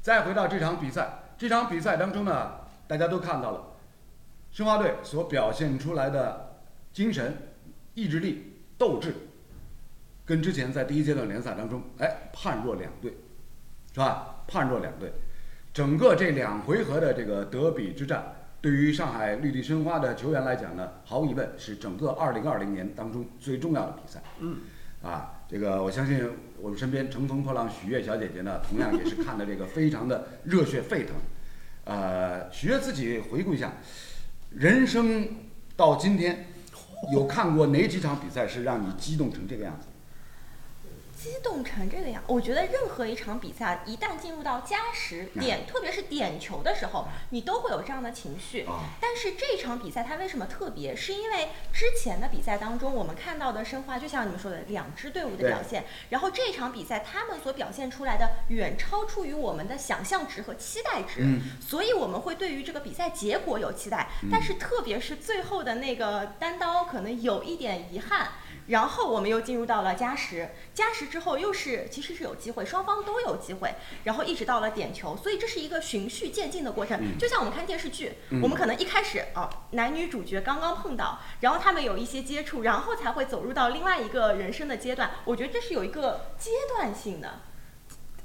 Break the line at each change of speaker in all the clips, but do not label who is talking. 再回到这场比赛，这场比赛当中呢，大家都看到了，申花队所表现出来的精神、意志力、斗志，跟之前在第一阶段联赛当中，哎，判若两队，是吧？判若两队。整个这两回合的这个德比之战，对于上海绿地申花的球员来讲呢，毫无疑问是整个2020年当中最重要的比赛。
嗯，
啊，这个我相信我们身边乘风破浪许悦小姐姐呢，同样也是看的这个非常的热血沸腾。呃，许悦自己回顾一下，人生到今天，有看过哪几场比赛是让你激动成这个样子？
激动成这个样，我觉得任何一场比赛，一旦进入到加时
啊
点，特别是点球的时候，你都会有这样的情绪。
啊，
但是这场比赛它为什么特别？是因为之前的比赛当中，我们看到的申花，就像你们说的，两支队伍的
对
表现，然后这场比赛他们所表现出来的远超出于我们的想象值和期待值，
嗯
所以我们会对于这个比赛结果有期待，但是特别是最后的那个单刀可能有一点遗憾。然后我们又进入到了加时，加时之后又是其实是有机会，双方都有机会，然后一直到了点球，所以这是一个循序渐进的过程。
嗯
就像我们看电视剧，我们可能一开始啊男女主角刚刚碰到，然后他们有一些接触，然后才会走入到另外一个人生的阶段。我觉得这是有一个阶段性的，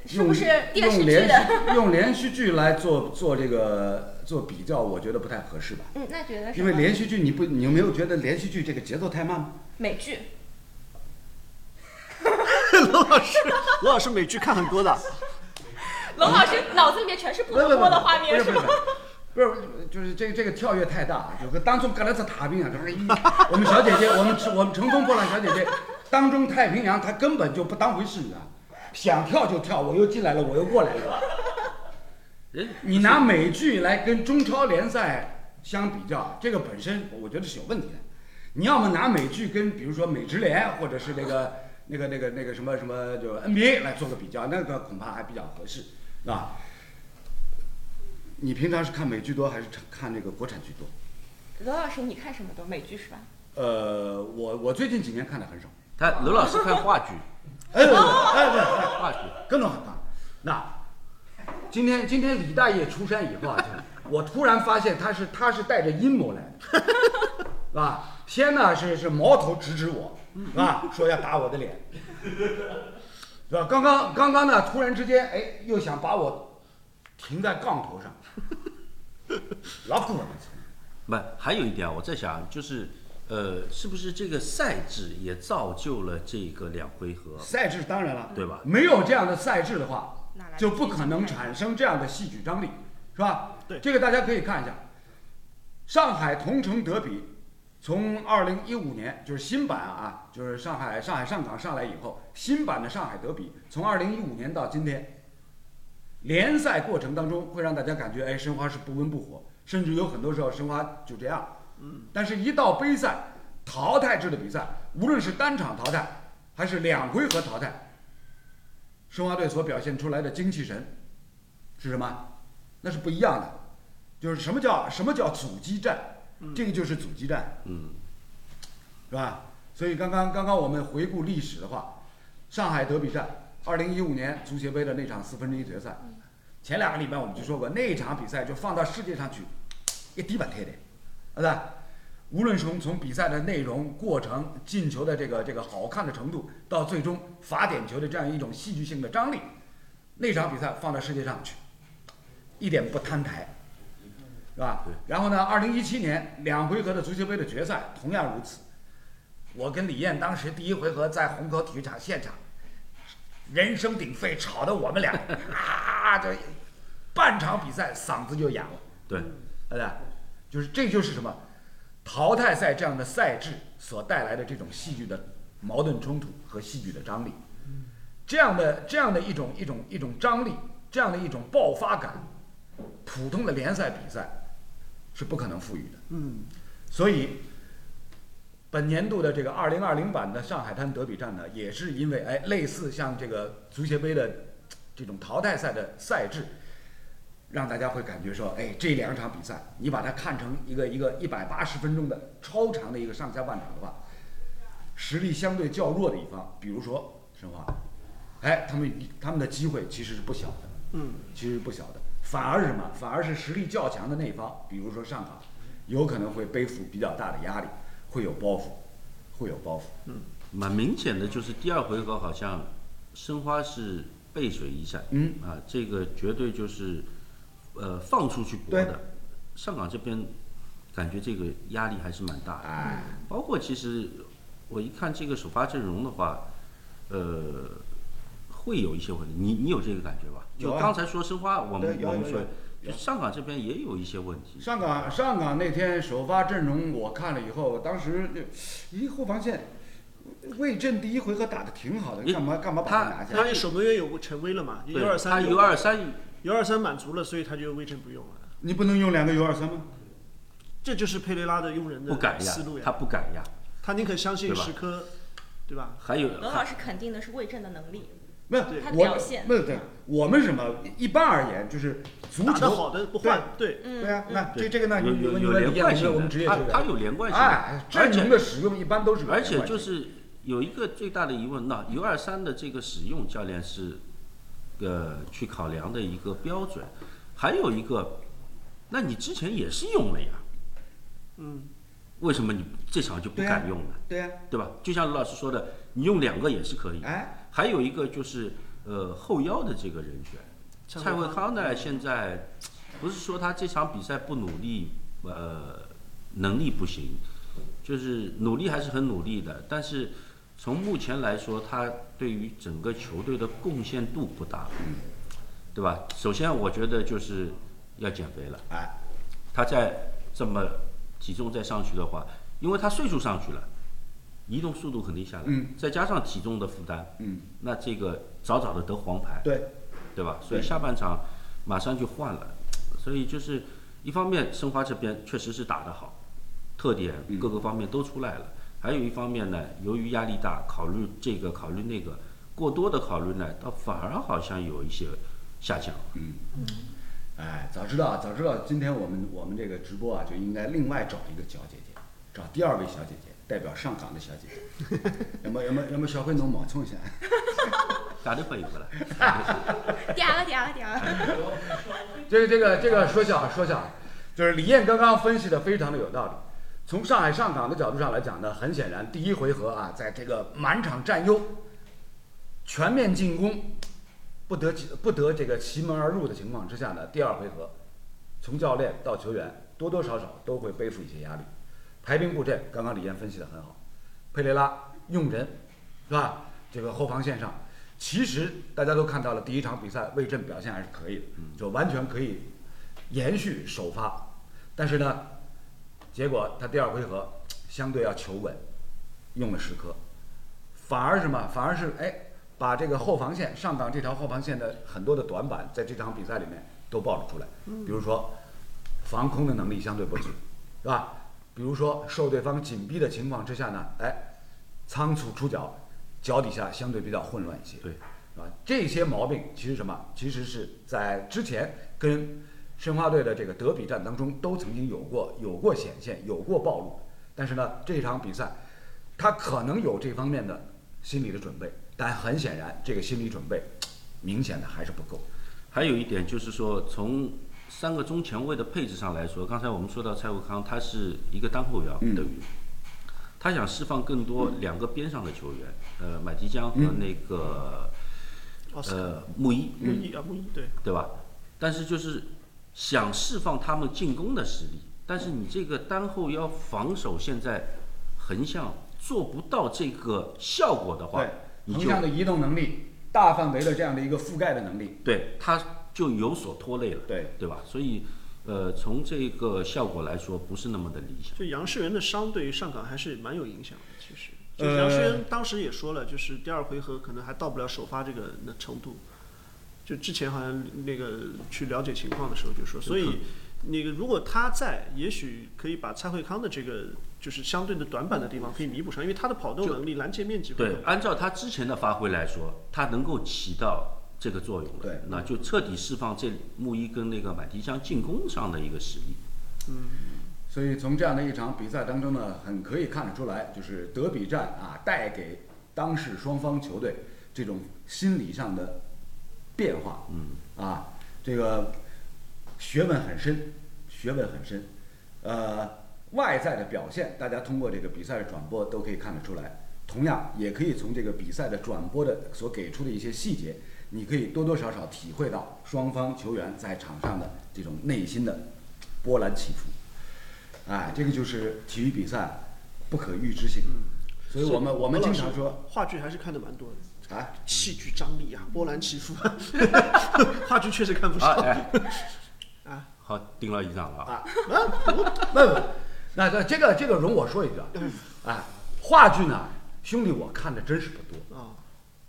是不是电
用
视剧
连
的？
续用连续剧来做做这个做比较，我觉得不太合适吧？
嗯，那觉得是
因为
吗
连续剧你不，你有没有觉得连续剧这个节奏太慢吗？
美剧
罗老师，罗老师美剧看很多的，
龙老师脑子里面全是不能播的画面，
不
是
是不
吗
是？不是，就是这个这个跳跃太大，有个当中格拉斯塔宾啊，就是一我们小姐姐，我们我们乘风破浪小姐姐，当中太平洋她根本就不当回事啊，想跳就跳，我又进来了，我又过来了。
人
你拿美剧来跟中超联赛相比较，这个本身我觉得是有问题的。你要么拿美剧跟比如说美职联或者是那个那个那个那个什么什么就 NBA 来做个比较，那个恐怕还比较合适，啊。你平常是看美剧多还是看这个国产剧多？
罗老师，你看什么多？美剧是吧？
呃，我我最近几年看的很少。
他罗老师看话剧，
哎不哎不哎，
话剧。
更能很大。那今天今天李大爷出山以后啊， 就我突然发现他是他是带着阴谋来的，是吧？先呢是是矛头直指我，是吧？说要打我的脸，是吧？刚刚刚刚呢，突然之间哎又想把我停在杠头上，老古了。
不，还有一点啊，我在想，就是，呃，是不是这个赛制也造就了这个两回合？
赛制当然了，
对吧
没有这样的赛制的话
哪来，的
就不可能产生这样的戏剧张力，是吧？对，这个大家可以看一下，上海同城德比，从二零一五年就是新版啊，就是上海上海上港上来以后，新版的上海德比，从二零一五年到今天，联赛过程当中会让大家感觉，哎，申花是不温不火，甚至有很多时候申花就这样。嗯，但是，一到杯赛淘汰制的比赛，无论是单场淘汰还是两回合淘汰，申花队所表现出来的精气神是什么？那是不一样的。就是什么叫什么叫阻击战？这个就是阻击战。
嗯，
是吧？所以刚刚刚刚我们回顾历史的话，上海德比战，二零一五年足协杯的那场四分之一决赛，前两个礼拜我们就说过，那场比赛就放到世界上去，一滴不贴的，对吧？无论从从比赛的内容、过程、进球的这个这个好看的程度，到最终罚点球的这样一种戏剧性的张力，那场比赛放到世界上去，一点不摊牌，是吧
对？
然后呢，二零一七年两回合的足协杯的决赛同样如此。我跟李艳当时第一回合在虹口体育场现场，人声鼎沸，吵得我们俩啊，这半场比赛嗓子就哑了。
对，
对不对？就是这就是什么？淘汰赛这样的赛制所带来的这种戏剧的矛盾冲突和戏剧的张力，这样的这样的一种一种一种张力，这样的一种爆发感，普通的联赛比赛是不可能赋予的。嗯，所以本年度的这个二零二零版的上海滩德比战呢，也是因为哎类似像这个足协杯的这种淘汰赛的赛制，让大家会感觉说，哎，这两场比赛，你把它看成一个一个一百八十分钟的超长的一个上下半场的话，实力相对较弱的一方，比如说申花，哎，他们他们的机会其实是不小的，嗯，其实不小的，反而是什么？反而是实力较强的那一方，比如说上港，有可能会背负比较大的压力，会有包袱，会有包袱。
嗯，蛮明显的，就是第二回合好像申花是背水一战，
嗯
啊，这个绝对就是呃放出去搏
对
的。上港这边感觉这个压力还是蛮大的，
哎，
包括其实我一看这个首发阵容的话，呃，会有一些问题。你你有这个感觉吧？
有
就
啊
刚才说申花，我们
对有
我们
有
说
有，
就上港这边也有一些问题。
上港上港那天首发阵容我看了以后，当时就，咦，后防线，魏震第一回合打的挺好的，
你
干嘛干嘛把他
他
拿下
他
来？
他那守门员有过陈威了嘛？
对
幺二
他
三
有二三，
幺二三满足了，所以他就威震不用了。
你不能用两个 U 二三吗？
这就是佩雷拉的用人
不敢
的
呀
思路，
他
呀，
不敢呀。
他宁可相信
对吧
石科，对吧？
还有
罗老师肯定的是魏震的能力，
没有，
对
他的
我
表现
没有对，我们什么一般而言就是足
打得
球
好的不换，对，
嗯，
对啊，那这
对
这个呢，
有
你
有
你
有
问
连
你
贯
我们
性
职
的，
业
他
球员
他有连贯性
哎
的，，而
阵容
且
的使用一般都是有
而
连
且
贯
就
性
是有一个最大的疑问，那 U 二三的这个使用教练是呃去考量的一个标准，还有一个，那你之前也是用了呀，
嗯，
为什么你这场就不
对啊
敢用呢？
对呀、
对吧？就像卢老师说的，你用两个也是可以。
哎，
还有一个就是呃后腰的这个人选，
蔡
蔡
慧
慧
康
康呢现在不是说他这场比赛不努力，呃，能力不行，就是努力还是很努力的，但是从目前来说，他对于整个球队的贡献度不大，
嗯
对吧？首先我觉得就是要减肥了。
哎，
他再这么体重再上去的话，因为他岁数上去了，移动速度肯定下来，
嗯
再加上体重的负担，
嗯，
那这个早早的得黄牌，
对，
对吧？所以
对
下半场马上就换了，所以就是一方面申花这边确实是打得好，特点
嗯
各个方面都出来了，还有一方面呢，由于压力大，考虑这个考虑那个，过多的考虑呢，倒反而好像有一些下降。
哎，早知道早知道今天我们我们这个直播啊，就应该另外找一个小姐姐，找第二位小姐姐，代表上港的小姐姐，要么要么要么小慧能冒充一下，
打得回过来，
嗲嗲 嗲，
这个这个这个说笑啊说笑啊，就是李艳刚刚分析的非常的有道理。从上海上港的角度上来讲呢，很显然第一回合啊，在这个满场占优、全面进攻、不得其不得这个其门而入的情况之下呢，第二回合从教练到球员多多少少都会背负一些压力。排兵布阵，刚刚李艳分析的很好，佩雷拉用人是吧？这个后防线上，其实大家都看到了第一场比赛魏震表现还是可以的，就完全可以延续首发，但是呢，结果他第二回合相对要求稳，用了十颗，反而是什么？反而是哎，把这个后防线上港这条后防线的很多的短板，在这场比赛里面都暴露出来。比如说，防空的能力相对不足，是吧？比如说受对方紧逼的情况之下呢，哎，仓促出脚，脚底下相对比较混乱一些。
对。
啊，这些毛病其实什么？其实是在之前跟申花队的这个德比战当中都曾经有过有过显现，有过暴露。但是呢，这场比赛他可能有这方面的心理的准备，但很显然这个心理准备明显的还是不够。
还有一点就是说，从三个中前卫的配置上来说，刚才我们说到蔡文康，他是一个单后腰，
嗯
等于他想释放更多两个边上的球员，呃，马蒂江和
嗯
那个、
奥斯卡
呃穆伊，
哦木易啊木易，对，
对吧？但是就是想释放他们进攻的实力，但是你这个单后腰防守现在横向做不到这个效果的话
对，，
你
横
就
向的移动能力、大范围的这样的一个覆盖的能力，
对他就有所拖累了。
对，
对吧？所以，呃，从这个效果来说，不是那么的理想。
就杨世元的伤对于上港还是蛮有影响的。其实，就
呃
是杨世元当时也说了，就是第二回合可能还到不了首发这个那程度。就之前好像那个去了解情况的时候就说，所以那个如果他在，也许可以把蔡慧康的这个就是相对的短板的地方可以弥补上，因为他的跑动能力、拦截面积会
对，按照他之前的发挥来说，他能够起到这个作用了。
对
那就彻底释放这穆伊跟那个马蒂香进攻上的一个实力。
所以从这样的一场比赛当中呢，很可以看得出来，就是德比战啊，带给当事双方球队这种心理上的变化，嗯，啊，这个学问很深，学问很深，呃，外在的表现，大家通过这个比赛的转播都可以看得出来。同样，也可以从这个比赛的转播的所给出的一些细节，你可以多多少少体会到双方球员在场上的这种内心的波澜起伏。哎，这个就是体育比赛不可预知性。所以我们我们经常说，
话剧还是看的蛮多的，
哎，
戏剧张力啊，波澜 起伏，话剧确实看 不
好，
少。
哎，
啊
好，定了以上了啊。
问问，那这这个这个容我说一句啊，哎，话剧呢，兄弟我看的真是不多。
啊，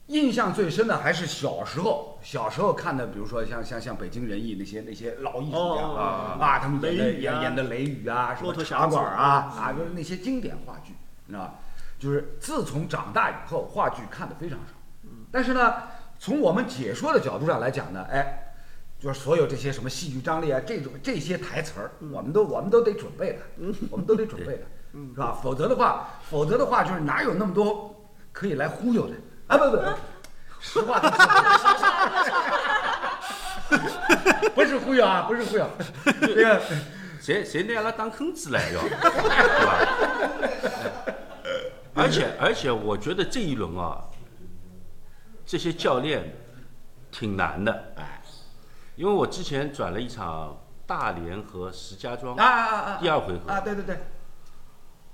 印象最深的还是小时候，小时候看的，比如说像像像北京人艺那些那些老艺术家
哦
啊啊，他们演的
雷雨啊
演演的《雷雨》啊，什么
骆驼
《
祥
茶
子嗯
馆》啊啊，就是那些经典话剧，你知道吧？就是自从长大以后，话剧看的非常少。
嗯
但是呢，从我们解说的角度上来讲呢，哎，就是所有这些什么戏剧张力啊，这种这些台词儿，
嗯
我们都我们都得准备的，我们都得准备 的，是吧？否则的话，否则的话就是哪有那么多可以来忽悠的啊？不不
嗯
不， 实话地说， 不是忽悠啊，不是忽悠， 这个
谁谁拿阿拉当坑子 来哟，对吧？而且而且，我觉得这一轮啊，这些教练挺难的，
哎
因为我之前转了一场大连和石家庄
啊啊啊
第二回合
啊，啊，对对对，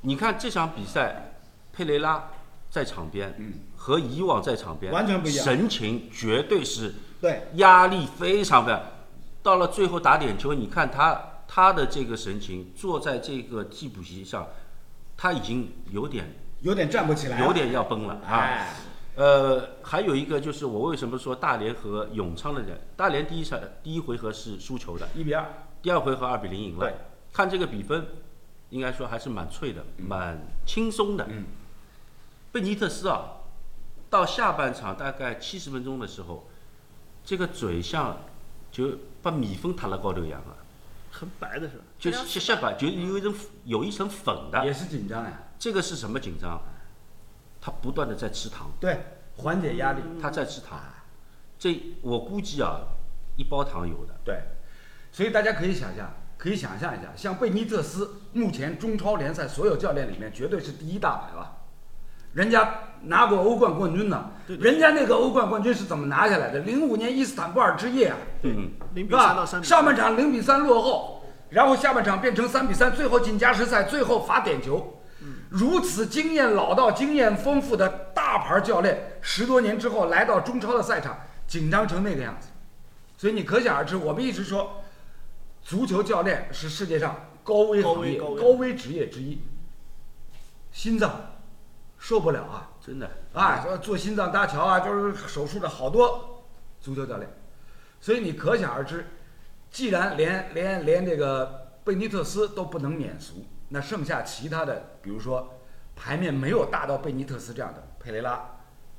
你看这场比赛，佩雷拉在场边，和以往在场边
嗯完全不一样
神情绝对是
对
压力非常非常。到了最后打点球，你看他他的这个神情，坐在这个替补席上，他已经有点
有点站不起来，
有点要崩了啊。
哎，
呃，还有一个就是我为什么说大连和永昌的人，大连第一场第一回合是输球的，
一比二，
第二回合二比零赢了
对。
看这个比分，应该说还是蛮脆的，
嗯
蛮轻松的。贝尼特斯啊，到下半场大概七十分钟的时候，这个嘴像就把米粉塌了高头一样啊，
很白的是吧？
就
有点
下下巴就有一层有一层粉
也
的。
是紧张呀、
这个是什么紧张？他不断的在吃糖，
对，缓解压力，
他在吃糖。这我估计啊，一包糖有的。
对，所以大家可以想象，可以想象一下，像贝尼特斯目前中超联赛所有教练里面绝对是第一大牌吧。人家拿过欧冠冠军呢，人家那个欧冠冠军是怎么拿下来的？零五年伊斯坦布尔之夜啊，
嗯，
零
是
比三
吧
到？三比
上半场零比三落后，然后下半场变成三比三，最后进加时赛，最后罚点球。如此经验老道、经验丰富的大牌教练，十多年之后来到中超的赛场，紧张成那个样子，所以你可想而知，我们一直说，足球教练是世界上高危
高
行
危
业、
高危
高危职业之一，心脏受不了啊！
真的。
啊，说做心脏搭桥啊，就是手术的好多足球教练，所以你可想而知，既然连连连这个贝尼特斯都不能免俗，那剩下其他的，比如说牌面没有大到贝尼特斯这样的佩雷拉，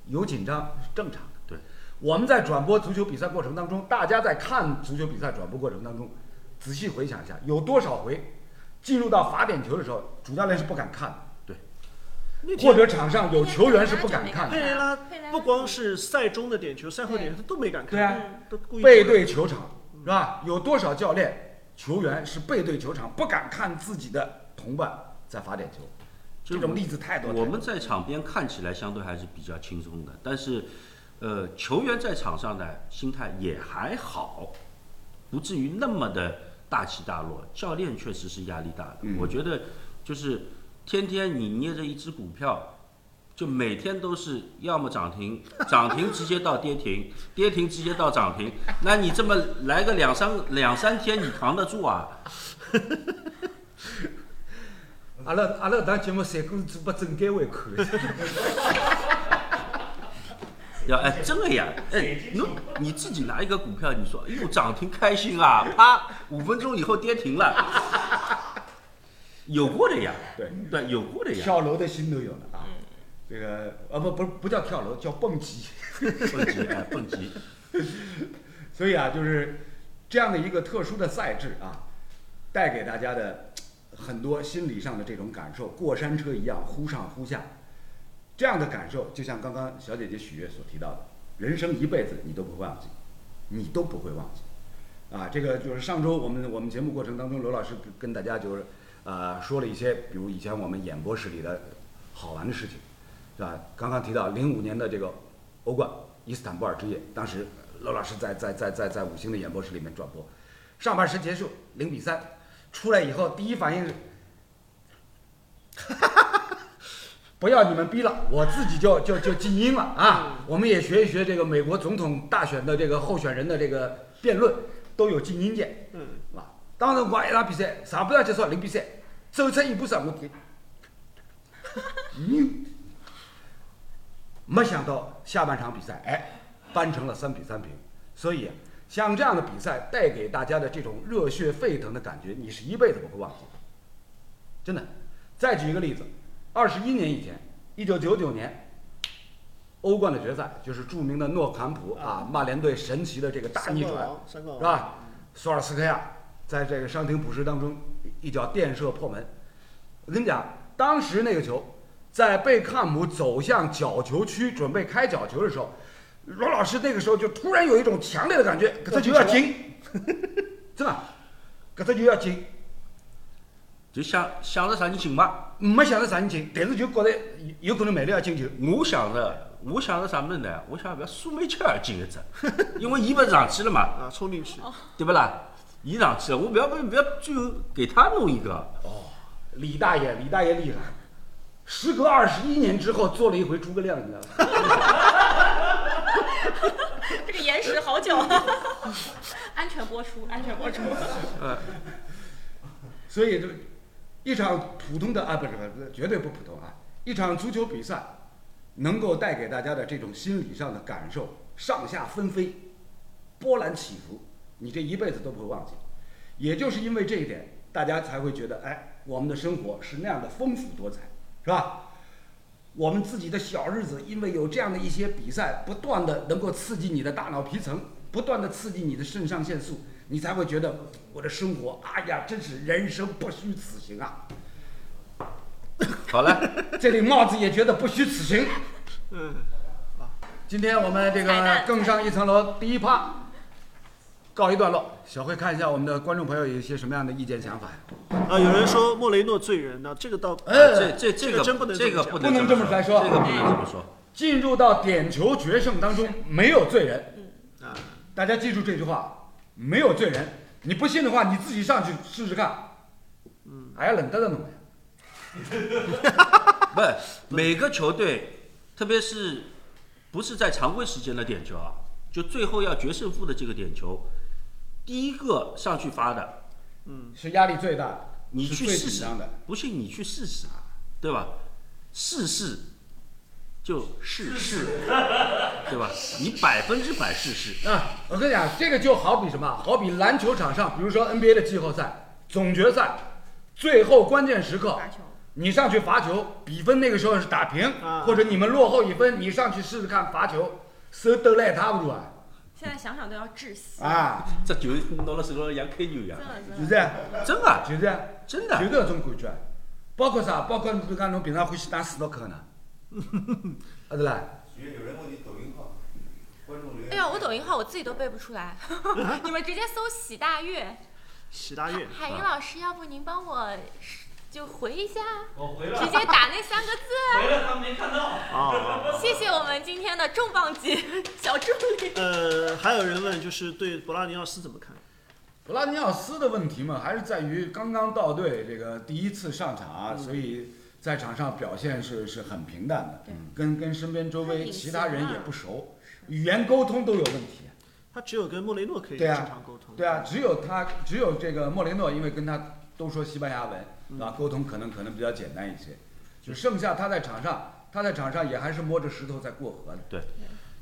有紧张是正常的。
对，
我们在转播足球比赛过程当中，大家在看足球比赛转播过程当中，仔细回想一下，有多少回进入到罚点球的时候，主教练是不敢看的。
那天
或者场上有球员是不敢看的，
佩雷拉
佩雷拉
不光是赛中的点球，赛后点球他都没敢看，
对啊
都故意
背对球场是吧？有多少教练、球员是背对球场，不敢看自己的同伴在罚点球？这种例子太多了。
我们在场边看起来相对还是比较轻松的，但是，呃，球员在场上呢心态也还好，不至于那么的大起大落。教练确实是压力大的，
嗯
我觉得就是天天你捏着一只股票。就每天都是要么涨停，涨停直接到跌停， 跌停直接到涨停。那你这么来个两三两三天，你扛得住啊？
阿拉阿拉当节目三个主播整改 委看的，
要哎，真的呀，哎，你你自己拿一个股票，你说，哎呦涨停开心啊，啪，五分钟以后跌停了，有过的呀，
对
对，有过的呀，
跳楼的心都有了啊。这个啊不不不叫跳楼，叫蹦极。
蹦极哎，蹦极，
所以啊，就是这样的一个特殊的赛制啊，带给大家的很多心理上的这种感受，过山车一样忽上忽下，这样的感受，就像刚刚小姐姐许悦所提到的，人生一辈子你都不会忘记，你都不会忘记。啊，这个就是上周我们我们节目过程当中，罗老师跟跟大家就是呃说了一些，比如以前我们演播室里的好玩的事情，是吧？刚刚提到零五年的这个欧冠伊斯坦布尔之夜，当时罗老师在在在在在五星的演播室里面转播，上半时结束零比三，出来以后第一反应是，不要你们逼了，我自己就就就静音了啊！我们也学一学这个美国总统大选的这个候选人的这个辩论，都有静音键。
嗯，
是吧？当时我一场比赛，上半场结束零比三，走出一步上我点，牛！没想到下半场比赛，哎，扳成了三比三平。所以啊像这样的比赛带给大家的这种热血沸腾的感觉，你是一辈子不会忘记的。真的。再举一个例子，二十一年以前，一九九九年，欧冠的决赛就是著名的诺坎普啊，曼联队神奇的这个大
三
逆
冠
转
王，，三冠
是
王，
吧？索尔斯克亚在这个伤停补时当中一脚垫射破门。我跟你讲，当时那个球在贝克汉姆走向角球区准备开角球的时候，罗老师那个时候就突然有一种强烈的感觉，搿只球要进，真的，搿只球要进。
就想想着啥你进吧。
没想到啥人进，但是就觉得有可能曼联要进球。
我想着，我想着啥么子呢？我想不要苏梅切尔进一只，因为伊勿是上去了嘛，
啊，冲进去，
对不啦？伊上去了，我不要不要最后给他弄一个。
李大爷，李大爷厉害，时隔二十一年之后做了一回诸葛亮，你知道吗？
这个延时好久，啊 安全播出，安全播出。
所以这一场普通的啊，不是不是，绝对不普通啊！一场足球比赛能够带给大家的这种心理上的感受，上下纷飞，波澜起伏，你这一辈子都不会忘记。也就是因为这一点，大家才会觉得，哎，我们的生活是那样的丰富多彩，是吧？我们自己的小日子，因为有这样的一些比赛，不断的能够刺激你的大脑皮层，不断的刺激你的肾上腺素，你才会觉得我的生活，哎呀，真是人生不虚此行啊！
好了，
这里帽子也觉得不虚此行。
嗯，
今天我们这
彩
个
蛋
更上一层楼第一趴告一段落。小慧看一下我们的观众朋友有一些什么样的意见想法？
啊，有人说莫雷诺罪人，那这个倒，
呃
这这这
这
个
个真不能
这个
这么讲
不
不能
能
这么
么
来说
这个不能这么说。
进入到点球决胜当中，没有罪人。
啊，
大家记住这句话，没有罪人。你不信的话，你自己上去试试看。嗯，哎呀，冷得的侬。
不，每个球队，特别是不是在常规时间的点球啊，就最后要决胜负的这个点球，第一个上去发的，
是压力最大的，
你
是
去
最
试
紧
试
张的。，
不信你去试试，对吧？试试就试试， 对吧？你百分之百试试。
啊，我跟你讲，这个就好比什么？好比篮球场上，比如说 NBA 的季后赛、总决赛，最后关键时刻
罚球，
你上去罚球，比分那个时候是打平，
啊
或者你们落后一分，你上去试试看罚球，手都赖他不住啊！
现在想想都要窒息，
啊，
这球拿了手高头像开球一样
就
真，的
这
真的。
样，
真的啊
就这样，
真的
就这种感觉。啊包括啥？包括你比如讲，侬平常欢喜打斯诺克呢？ 啊对啦，
有人问你抖音号，观众留言。
哎呀，我抖音号我自己都背不出 来，你们直接搜喜大悦。
喜大悦，
海英老师，要不您帮我就回一下，
我回
直
了，
接打那三个字。
回了，他没看到。
哦
啊，
谢谢我们今天的重磅级小助理。
呃，还有人问就是对博拉尼奥斯怎么看？
布拉尼奥斯的问题嘛，还是在于刚刚到队，这个第一次上场，啊所以在场上表现是是很平淡的，嗯跟跟身边周围其他啊人也不熟，语言沟通都有问题。
他只有跟莫雷诺可以
对
正
啊
常沟通，
对啊，只有他，只有这个莫雷诺，因为跟他都说西班牙文，对吧？沟通可能可能比较简单一些，就剩下他在场上，他在场上也还是摸着石头在过河的。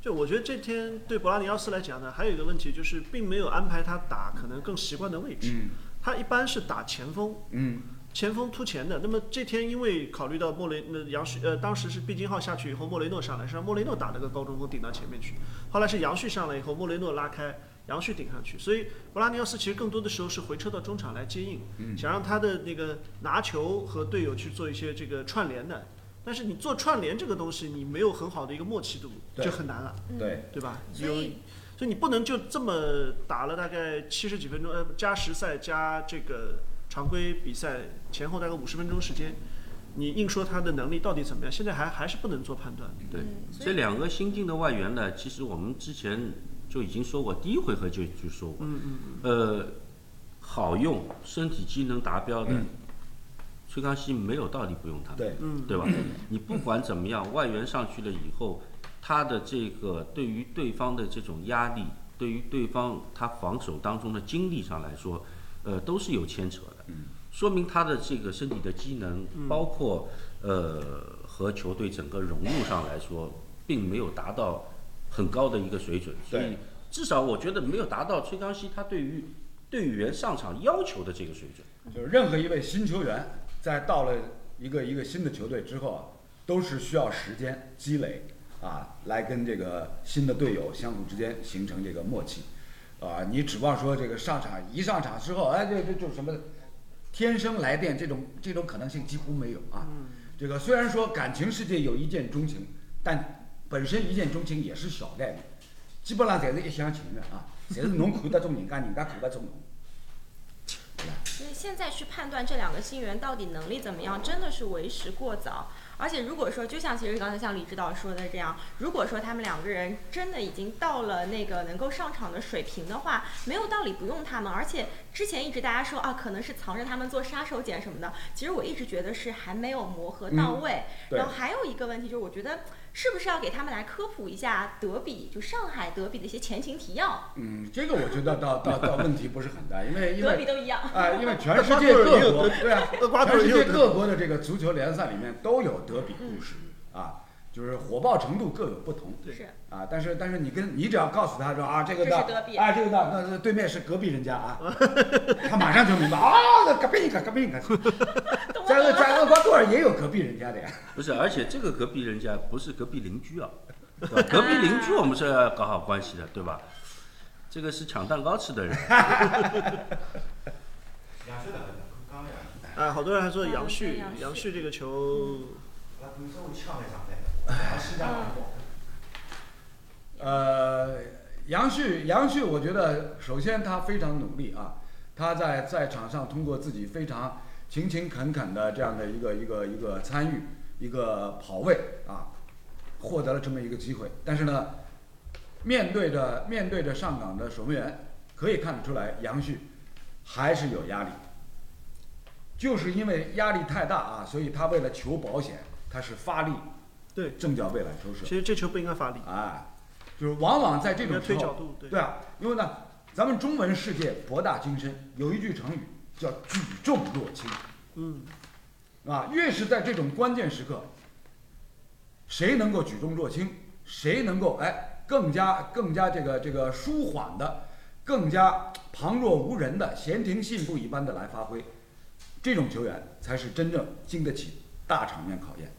就我觉得这天对博拉尼奥斯来讲呢，还有一个问题就是，并没有安排他打可能更习惯的位置。
嗯
他一般是打前锋，
嗯，
前锋突前的。那么这天因为考虑到莫雷，那杨旭呃当时是毕金浩下去以后，莫雷诺上来，是让莫雷诺打了个高中锋顶到前面去。后来是杨旭上来以后，莫雷诺拉开，杨旭顶上去。所以博拉尼奥斯其实更多的时候是回撤到中场来接应，想让他的那个拿球和队友去做一些这个串联的。但是你做串联这个东西，你没有很好的一个默契度，
对
就很难了，
对。
对吧？
所
有
以
所以你不能就这么打了大概七十几分钟，呃，加时赛加这个常规比赛前后大概五十分钟时间，你硬说他的能力到底怎么样，现在还还是不能做判断。
对
嗯，所以
这两个新进的外援呢，其实我们之前就已经说过，第一回合就就说过，嗯嗯呃，好用、身体机能达标的，崔康熙没有道理不用他，
对，
对吧？你不管怎么样，外援上去了以后，他的这个对于对方的这种压力，对于对方他防守当中的精力上来说，呃，都是有牵扯的。说明他的这个身体的机能，包括呃和球队整个融入上来说，并没有达到很高的一个水准，所以
对
至少我觉得没有达到崔康熙他对于队员上场要求的这个水准。
就是任何一位新球员在到了一个一个新的球队之后啊，都是需要时间积累啊，来跟这个新的队友相互之间形成这个默契，啊，你指望说这个上场一上场之后，哎，这这就什么天生来电这种这种可能性几乎没有啊。这个虽然说感情世界有一见钟情，但本身一见钟情也是小概率，基本上侪是一厢情愿啊， 侪是侬看得中人家，人家看不中侬。
所以现在去判断这两个新援到底能力怎么样，真的是为时过早。而且如果说，就像其实刚才像李指导说的这样，如果说他们两个人真的已经到了那个能够上场的水平的话，没有道理不用他们。而且之前一直大家说啊，可能是藏着他们做杀手锏什么的，其实我一直觉得是还没有磨合到位。
对
然后还有一个问题就是，我觉得是不是要给他们来科普一下德比，就上海德比的一些前情提要？
嗯，这个我觉得倒倒倒问题不是很大，因为因
德比
为
都一样。
啊，因 为全世界各国对啊，
厄瓜多
全世
尔也有
界
德
各国的这个足球联赛里面都有德比故事啊，就是火爆程度各有不同。
对
是
啊，但是但是你跟你只要告诉他说啊，这个
这
道
是德比
啊，这个道，那那对面是隔壁人家 啊，他马上就明白啊，隔壁一个隔壁一个，
懂
在
了
厄在厄瓜多尔也有隔壁人家的呀，
不是，而且这个隔壁人家不是隔壁邻居啊，对吧隔壁邻居我们是要搞好关系的，对吧？这个是抢蛋糕 吃的人，
亚瑟打的，刚刚亚瑟，
啊，好多人还说
啊
杨
对
旭
杨，
杨
旭
旭这个球，
那不是我抢了上来，我打西打完过，
呃，杨旭，杨旭，我觉得首先他非常努力啊，他在在场上通过自己非常勤勤恳恳的这样的一个一个一个参与，一个跑位啊，获得了这么一个机会。但是呢，面对着面对着上港的守门员，可以看得出来杨旭还是有压力，就是因为压力太大啊，所以他为了求保险，他是发力
对，
正脚背来抽射
其。实这球不应该罚力，
哎，就是往往在这
应该
种
推
时候，
角度，对，
对啊，因为呢，咱们中文世界博大精深，有一句成语叫举重若轻，
嗯，
啊，越是在这种关键时刻，谁能够举重若轻，谁能够哎更加更加这个这个舒缓的，更加旁若无人的闲庭信步一般的来发挥，这种球员才是真正经得起大场面考验。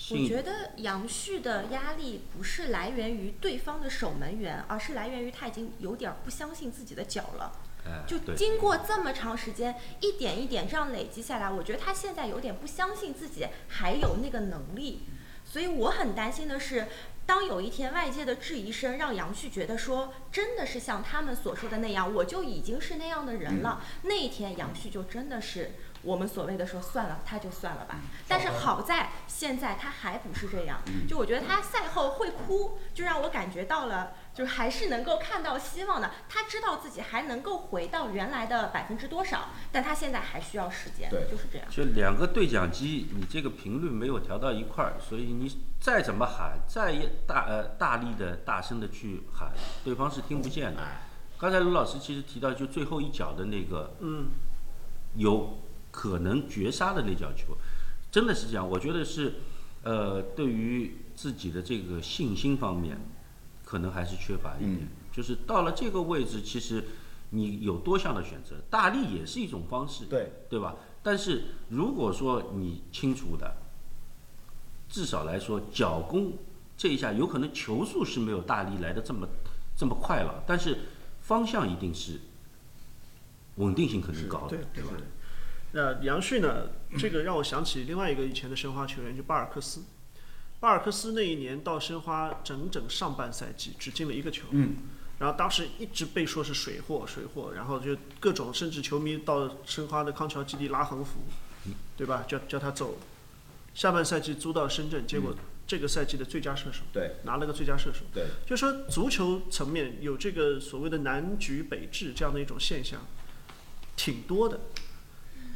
信
我觉得杨旭的压力不是来源于对方的守门员，而是来源于他已经有点儿不相信自己的脚了。
哎，
就
对，
经过这么长时间，一点一点这样累积下来，我觉得他现在有点不相信自己还有那个能力，所以我很担心的是，当有一天外界的质疑声让杨旭觉得说真的是像他们所说的那样，我就已经是那样的人了，那一天杨旭就真的是我们所谓的说算了，他就算了吧。但是好在现在他还不是这样，就我觉得他赛后会哭，就让我感觉到了，就是还是能够看到希望的。他知道自己还能够回到原来的百分之多少，但他现在还需要时间，
对
就是这样。
就两个对讲机，你这个频率没有调到一块儿，所以你再怎么喊，再大呃大力的、大声的去喊，对方是听不见的。刚才卢老师其实提到，就最后一脚的那个
嗯，
有可能绝杀的那脚球，真的是这样。我觉得是，呃，对于自己的这个信心方面，可能还是缺乏一
嗯
点。就是到了这个位置，其实你有多项的选择，大力也是一种方式，
对
对吧？但是如果说你清楚的，至少来说脚弓这一下，有可能球速是没有大力来的这么这么快了，但是方向一定是稳定性肯定高的，
对对吧？呃那杨旭呢，这个让我想起另外一个以前的申花球员，就巴尔克斯。巴尔克斯那一年到申花整整上半赛季只进了一个球，
嗯，
然后当时一直被说是水货水货，然后就各种甚至球迷到申花的康桥基地拉横幅，对吧？叫叫他走。下半赛季租到深圳，结果这个赛季的最佳射手，
嗯对，
拿了个最佳射手。
对，
就说足球层面有这个所谓的南橘北枳这样的一种现象，挺多的，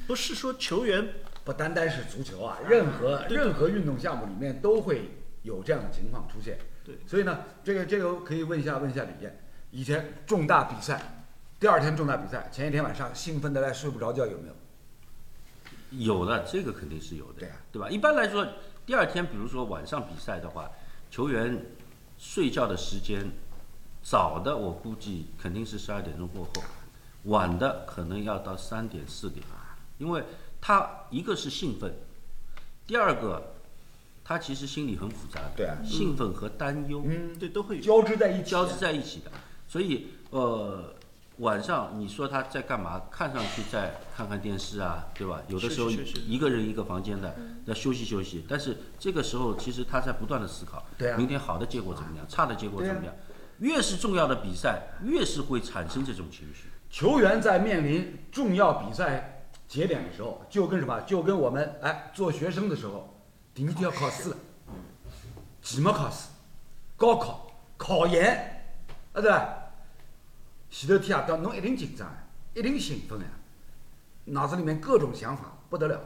不是说球员
不单单是足球啊，任何
对对
任何运动项目里面都会有这样的情况出现。
对
所以呢，这个这个可以问一下问一下李健，以前重大比赛，第二天重大比赛，前一天晚上兴奋的来睡不着觉，有没有？
有的，这个肯定是有的，
对啊
吧？一般来说，第二天比如说晚上比赛的话，球员睡觉的时间，早的我估计肯定是十二点钟过后，晚的可能要到三点四点，啊因为他一个是兴奋，第二个他其实心里很复杂的，
对啊
兴奋和担忧，
嗯，
对都会有。
交织在一起，啊
交织在一起的。所以呃，晚上你说他在干嘛？看上去在看看电视啊，对吧？有的时候
是是是
一个人一个房间的，
嗯
要休息休息。但是这个时候其实他在不断的思考，
对啊
明天好的结果怎么样，差的结果
对啊
怎么样？越是重要的比赛，越是会产生这种情绪。
球员在面临重要比赛节点的时候，就跟什么，就跟我们哎做学生的时候，你一定要考试了，期末考试、高考、考研，啊对吧？前头天夜到，侬一定紧张呀，一定兴奋啊呀，脑子里面各种想法不得了。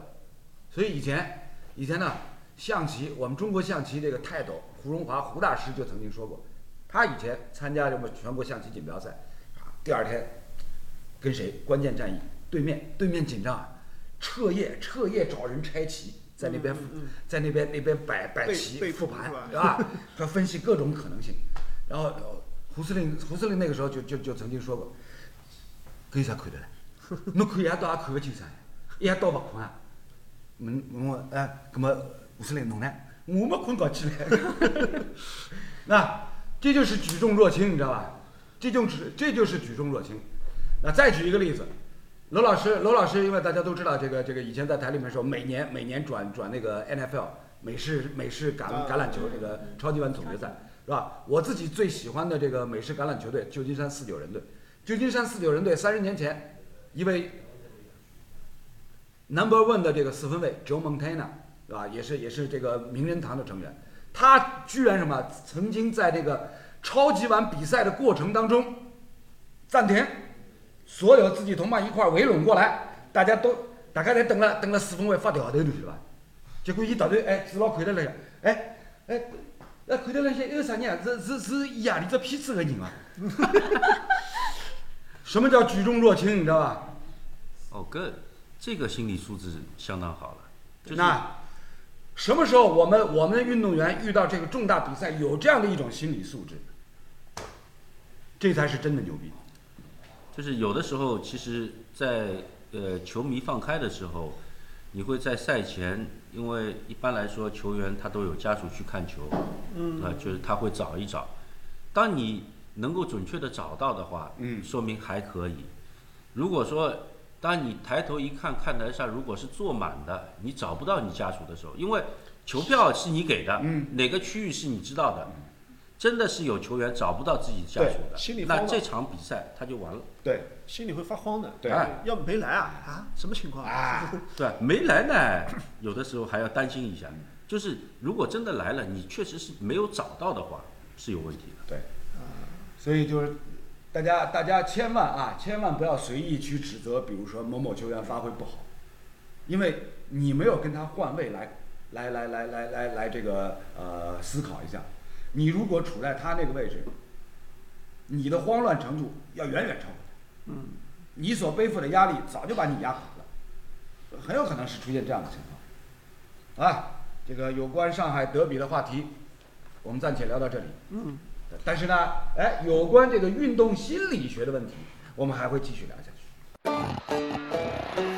所以以前，以前呢，象棋，我们中国象棋这个泰斗胡荣华胡大师就曾经说过，他以前参加什么全国象棋锦标赛，啊，第二天跟谁关键战役，对面对面紧张啊，彻夜彻夜找人拆棋，在那边、在那边那边摆摆
背
棋
背
复
谱
盘
是吧，
对吧？ 他分析各种可能性，然后呃胡司令胡司令那个时候就就就曾经说过，搿有啥看头 嘞？侬看一夜到也看勿清爽呀，一夜到勿困啊。问问我哎，葛么胡司令侬呢？我没困觉起来。 那这就是举重若轻，你知道吧？这就是这就是举重若轻。那再举一个例子，罗老师，罗老师，因为大家都知道这个这个，以前在台里面说，每年每年转转那个 NFL 美式美式橄
啊
橄榄球这个超级碗总决赛是吧？我自己最喜欢的这个美式橄榄球队旧金山四九人队，旧金山四九人队三十年前一位 number one 的这个四分卫 Joe Montana 是吧？也是也是这个名人堂的成员，他居然什么曾经在这个超级碗比赛的过程当中暂停，所有自己同伴一块儿围拢过来，大家都大家侪等了等了四分卫发条头对伐？结果伊突然哎指牢看头来个，哎哎哎看头来些有啥人啊？是是是伊啊里只骗子个人啊！ 什么叫举重若轻？你知道吧？
哦，哥，这个心理素质相当好了。就是
那什么时候我们我们运动员遇到这个重大比赛有这样的一种心理素质，这才是真的牛逼。
就是有的时候，其实在，呃球迷放开的时候，你会在赛前，因为一般来说球员他都有家属去看球，嗯，啊、就是他会找一找。当你能够准确的找到的话，
嗯
说明还可以。如果说当你抬头一看，看台上如果是坐满的，你找不到你家属的时候，因为球票是你给的，
嗯
哪个区域是你知道的，真的是有球员找不到自己家
对
属的，
心里
那
慌了
这场比赛他就完了。
对，
心里会发慌的。
对
哎要没来啊啊，什么情况
啊？
对，没来呢，有的时候还要担心一下。就是如果真的来了，你确实是没有找到的话，是有问题的。
所以就是大家大家千万啊，千万不要随意去指责，比如说某某球员发挥不好，因为你没有跟他换位来来来来来来来这个呃思考一下，你如果处在他那个位置，你的慌乱程度要远远超过他，嗯，你所背负的压力早就把你压垮了，很有可能是出现这样的情况，啊，这个有关上海德比的话题，我们暂且聊到这里。
嗯
但是呢，哎，有关这个运动心理学的问题，我们还会继续聊下去。